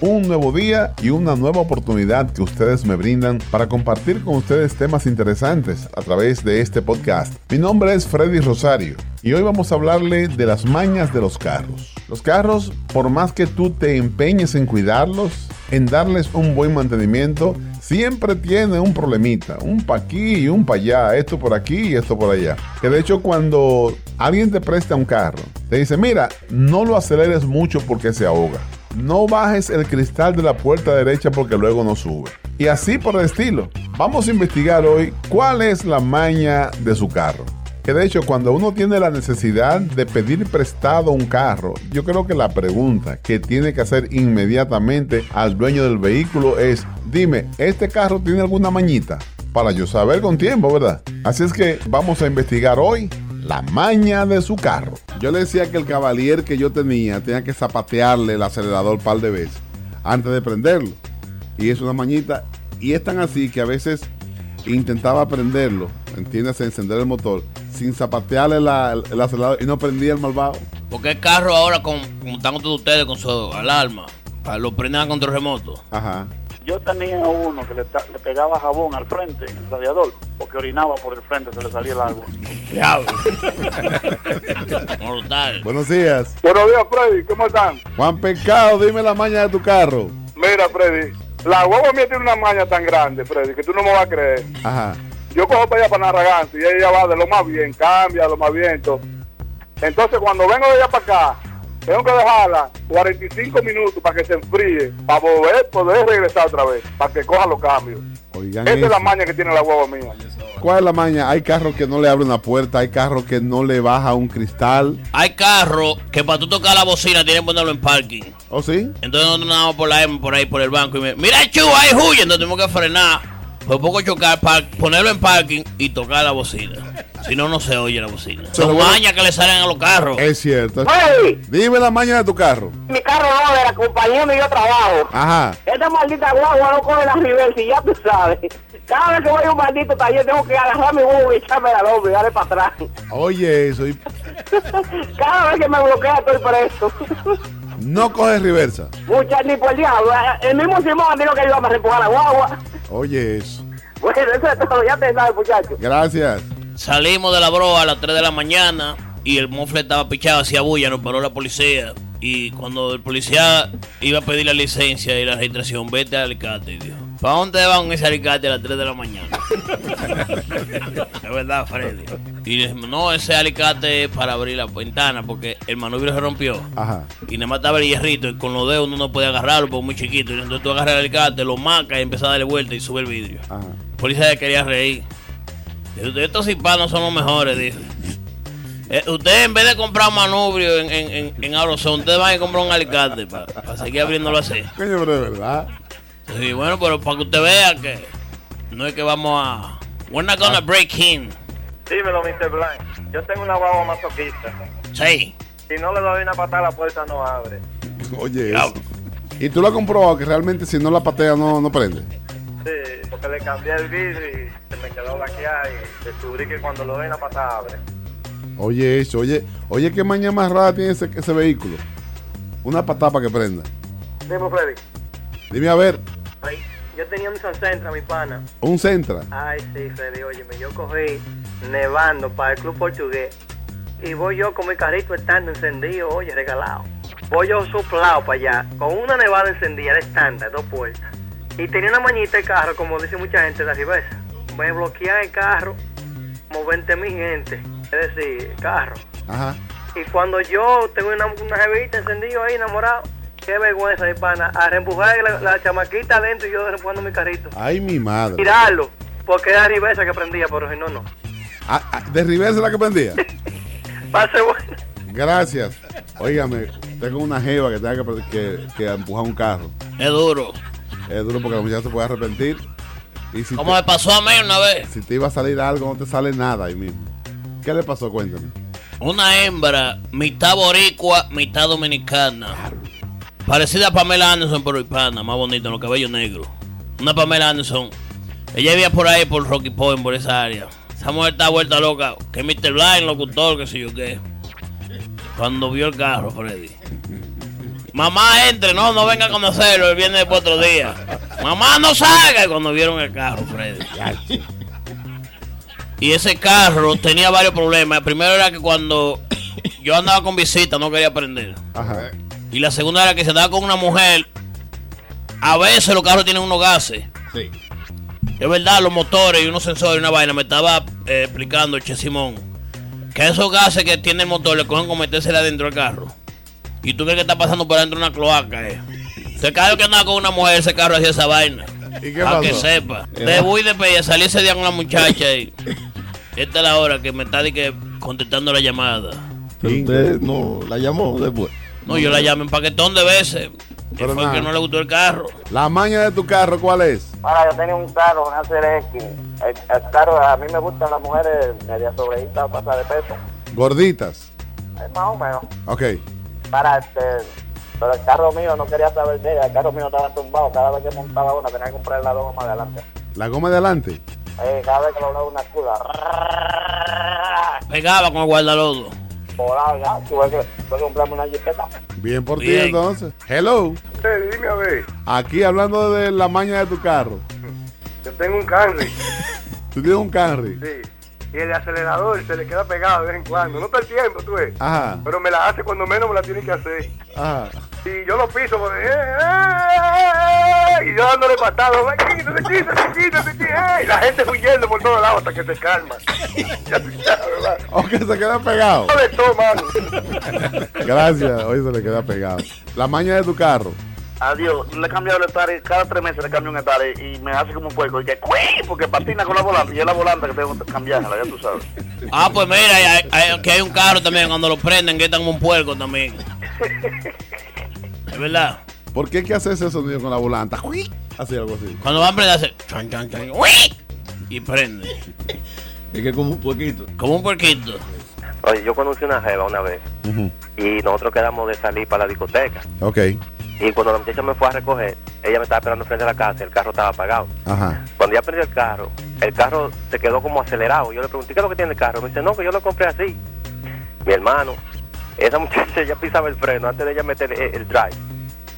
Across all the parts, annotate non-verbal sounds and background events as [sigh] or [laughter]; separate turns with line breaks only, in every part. un nuevo día y una nueva oportunidad que ustedes me brindan para compartir con ustedes temas interesantes a través de este podcast. Mi nombre es Freddy Rosario y hoy vamos a hablarle de las mañas de los carros. Los carros, por más que tú te empeñes en cuidarlos, en darles un buen mantenimiento, siempre tiene un problemita, un pa' aquí y un pa' allá, esto por aquí y esto por allá. Que de hecho cuando alguien te presta un carro, te dice, mira, no lo aceleres mucho porque se ahoga. No bajes el cristal de la puerta derecha porque luego no sube. Y así por el estilo. Vamos a investigar hoy cuál es la maña de su carro. Que de hecho, cuando uno tiene la necesidad de pedir prestado un carro, yo creo que la pregunta que tiene que hacer inmediatamente al dueño del vehículo es, dime, ¿este carro tiene alguna mañita? Para yo saber con tiempo, ¿verdad? Así es que vamos a investigar hoy la maña de su carro.
Yo le decía que el cabalier que yo tenía tenía que zapatearle el acelerador un par de veces antes de prenderlo. Y es una mañita. Y es tan así que a veces intentaba prenderlo, entiéndase, encender el motor, sin zapatearle la- el, el acelerador y no prendía el malvado.
Porque el carro ahora, con- como están todos ustedes con su alarma, ah, lo prenden a control remoto.
Ajá.
Yo tenía uno que le, ta- le pegaba jabón al frente, en el radiador, porque orinaba por el frente, se le salía el agua.
Mortal.
Buenos días.
Buenos días, Freddy. ¿Cómo están?
Juan Pecado, dime la maña de tu carro.
Mira, Freddy. La huevo mía tiene una maña tan grande, Freddy, que tú no me vas a creer.
Ajá.
Yo cojo para allá para Narragansett y ella va de lo más bien, cambia de lo más bien. todo. Entonces, cuando vengo de allá para acá, tengo que dejarla 45 minutos para que se enfríe, para volver, poder regresar otra vez, para que coja los cambios.
Oigan
Esa es la
eso.
maña que tiene la huevo mía.
¿Cuál es la maña? Hay carros que no le abren la puerta, hay carros que no le baja un cristal.
Hay carros que para tú tocar la bocina tienen que ponerlo en parking.
¿O ¿Oh, sí?
Entonces nosotros andamos por la M, por ahí, por el banco. Y me, mira, chu, ahí huye. Entonces tenemos que frenar. Por poco chocar, par- ponerlo en parking y tocar la bocina. Si no, no se oye la bocina.
Pero
Son
bueno-
mañas que le salen a los carros.
Es cierto.
Freddy,
Dime la maña de tu carro.
mi carro no, de la compañía donde yo trabajo.
Ajá.
Esta maldita guagua no coge la reversa y ya tú sabes. Cada vez que voy a un maldito taller tengo que agarrar mi guagua y echarme la doble y darle para atrás. [laughs]
Oye, eso. y
Cada vez que me bloquea estoy preso. [laughs]
No coges reversa.
Muchas ni por el diablo. eh, El mismo Simón dijo que iba a reempujar la guagua. [laughs]
Oye, eso.
Bueno, eso es todo, ya te sabes, muchachos.
Gracias.
Salimos de la broa a las 3 de la mañana y el mofle estaba pichado, hacía bulla, nos paró la policía. Y cuando el policía iba a pedir la licencia y la registración, vete al alicate, y dijo. ¿Para dónde van ese alicate a las 3 de la mañana? es verdad, Freddy. Y le dijimos, no, ese alicate es para abrir la ventana porque el manubrio se rompió.
Ajá.
Y nada más estaba el hierrito y con los dedos uno no puede agarrarlo porque es muy chiquito. Y entonces tú agarras el alicate, lo marcas y empiezas a darle vuelta y sube el vidrio.
Ajá.
Policía quería reír. Dice, Estos hispanos son los mejores, dice. Eh, ustedes en vez de comprar manubrio en, en, en, en Auroson, ustedes van a comprar un alicate para seguir abriéndolo así.
Coño, pero de verdad.
Sí, bueno, pero para que usted vea que no es que vamos a... We're not gonna break him.
Dímelo, Mr. Blank. Yo tengo una guagua masoquista.
Sí.
Si no le doy una patada, la puerta no abre.
Oye, eso.
Diablo.
Y tú lo has comprobado que realmente si no la patea no, no prende.
Sí, porque le cambié el vidrio y se me quedó laqueada y descubrí que cuando le doy una patada, abre.
Oye, eso. Oye, oye, qué maña más rara tiene ese, ese vehículo. Una patada para que prenda.
Dime, Freddy.
Dime a ver,
Ay, yo tenía un Centra, mi pana.
un Centra.
Ay, sí, Freddy, óyeme, yo cogí nevando para el club portugués y voy yo con mi carrito estándar encendido, oye, regalado. Voy yo soplado para allá, con una nevada encendida, era estándar, dos puertas. Y tenía una mañita de carro, como dice mucha gente de Rivesa. Me bloqueaba el carro como 20 mil gente, es decir, carro.
Ajá.
Y cuando yo tengo una, una jevita encendido ahí, enamorado, qué vergüenza, mi pana, a reempujar la, la chamaquita adentro y yo reempujando mi carrito
Ay, mi madre.
tirarlo. Porque era Rivesa que prendía, pero si no, no.
Ah, ah, de reversa la que prendía.
Va a ser bueno.
Gracias. Óigame, tengo una jeva que tenga que, pre- que, que empujar un carro.
Es duro.
Es duro porque la muchacha se puede arrepentir. Y si
Como
te,
me pasó a mí una vez.
si te iba a salir algo, no te sale nada ahí mismo. ¿Qué le pasó? Cuéntame.
Una hembra, mitad boricua, mitad dominicana. Parecida a Pamela Anderson, pero hispana, más bonita, los cabellos negros. Una Pamela Anderson. Ella vivía por ahí, por Rocky Point, por esa área. Esa mujer está vuelta loca. Que Mr. Blind, locutor, que sé yo qué. Cuando vio el carro, Freddy. Mamá entre, no, no venga a conocerlo, él viene después otro día. Mamá no salga Y cuando vieron el carro, Freddy. Y ese carro tenía varios problemas. El primero era que cuando yo andaba con visita no quería prender.
Ajá.
Y la segunda era que se andaba con una mujer. A veces los carros tienen unos gases.
Sí.
Es verdad, los motores y unos sensores y una vaina. Me estaba eh, explicando Che Simón que esos gases que tiene el motor le cogen con metérsela dentro del carro. Y tú crees que está pasando por dentro de una cloaca, eh. Se cada vez que andaba con una mujer, ese carro hacía esa vaina.
¿Y qué
Para que
pasó?
sepa.
Eh,
De voy de pella, salí ese día con una muchacha y. Esta es la hora que me está di que, contestando la llamada.
Pero usted no la llamó después.
No, yo la llamé un paquetón de veces. Y
Pero
fue
nada.
que no le gustó el carro.
La maña de tu carro, ¿cuál es?
Ahora, yo tenía un carro, una CRX. El, el carro, a mí me gustan las mujeres media sobrejitas, pasa de peso.
Gorditas.
Eh, Más o menos.
Ok.
Para este, pero el carro mío no quería saber de ella. El carro mío estaba tumbado. Cada vez que montaba una tenía que comprar la dos más adelante.
La goma de adelante.
Eh, cada vez que doblaba una escuda.
Pegaba con el guardalodo.
Volaba ya. Tuve que, tuve que comprarme una jipeta.
Bien por ti
Bien.
entonces. Hello.
Eh, dime a ver,
Aquí hablando de la maña de tu carro.
yo tengo un carry,
Tú tienes un carry.
sí, y el acelerador se le queda pegado de vez en cuando. No está el tiempo, tú ves.
Ajá.
Pero me la hace cuando menos me la tiene que hacer.
Ajá.
Y yo lo piso, pues, eh, eh, eh, y yo dándole patadas, "Ay, quítate, quítate, quítate, quítate", eh, y la gente huyendo por todos lados hasta que se calma. Ya tú sabes, ¿verdad?
O que se queda pegado.
No de todo, mano.
Gracias. Hoy se le queda pegado. La maña de tu carro.
Adiós, le he cambiado el estare, cada tres meses le cambio un estare y me hace como un puerco. Y que ¡cuí! Porque patina con la volante y es la volante que tengo que cambiarla, ya tú sabes.
Ah, pues mira, hay- hay- que hay un carro también. Cuando lo prenden, que están como un puerco también. Es verdad.
¿Por qué hay que hacer ese sonido con la volanta? ¡Juic! Así, algo así.
Cuando van a prender, hace chan, chan, chan, ¡uí! y prende.
Es que como un poquito.
Como un puerquito.
Oye, yo conocí una jeva una vez y nosotros quedamos de salir para la discoteca.
Ok.
Y cuando la muchacha me fue a recoger, ella me estaba esperando frente a la casa y el carro estaba apagado.
Ajá.
Cuando ya perdí el carro, el carro se quedó como acelerado. Yo le pregunté, ¿qué es lo que tiene el carro? Me dice, no, que yo lo compré así. Mi hermano, esa muchacha [laughs] ya pisaba el freno antes de ella meter el, el drive.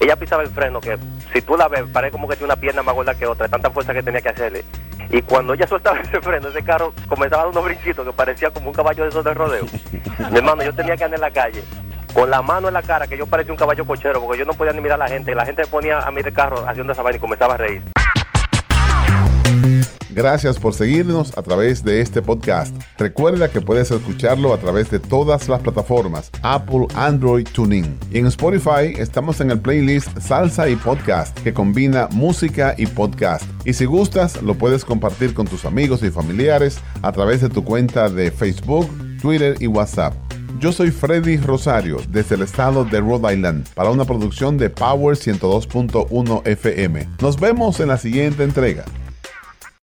Ella pisaba el freno que, si tú la ves, parece como que tiene una pierna más gorda que otra, de tanta fuerza que tenía que hacerle. Y cuando ella [laughs] soltaba ese freno, ese carro comenzaba a dar unos brinquitos que parecía como un caballo de esos de rodeo. Mi hermano, yo tenía que andar en la calle con la mano en la cara, que yo parecía un caballo cochero, porque yo no podía ni mirar a la gente. Y la gente ponía a mirar el carro haciendo esa vaina y comenzaba a reír.
Gracias por seguirnos a través de este podcast. Recuerda que puedes escucharlo a través de todas las plataformas Apple, Android, TuneIn. Y en Spotify estamos en el playlist Salsa y Podcast que combina música y podcast. Y si gustas, lo puedes compartir con tus amigos y familiares a través de tu cuenta de Facebook, Twitter y WhatsApp. Yo soy Freddy Rosario desde el estado de Rhode Island para una producción de Power 102.1 FM. Nos vemos en la siguiente entrega.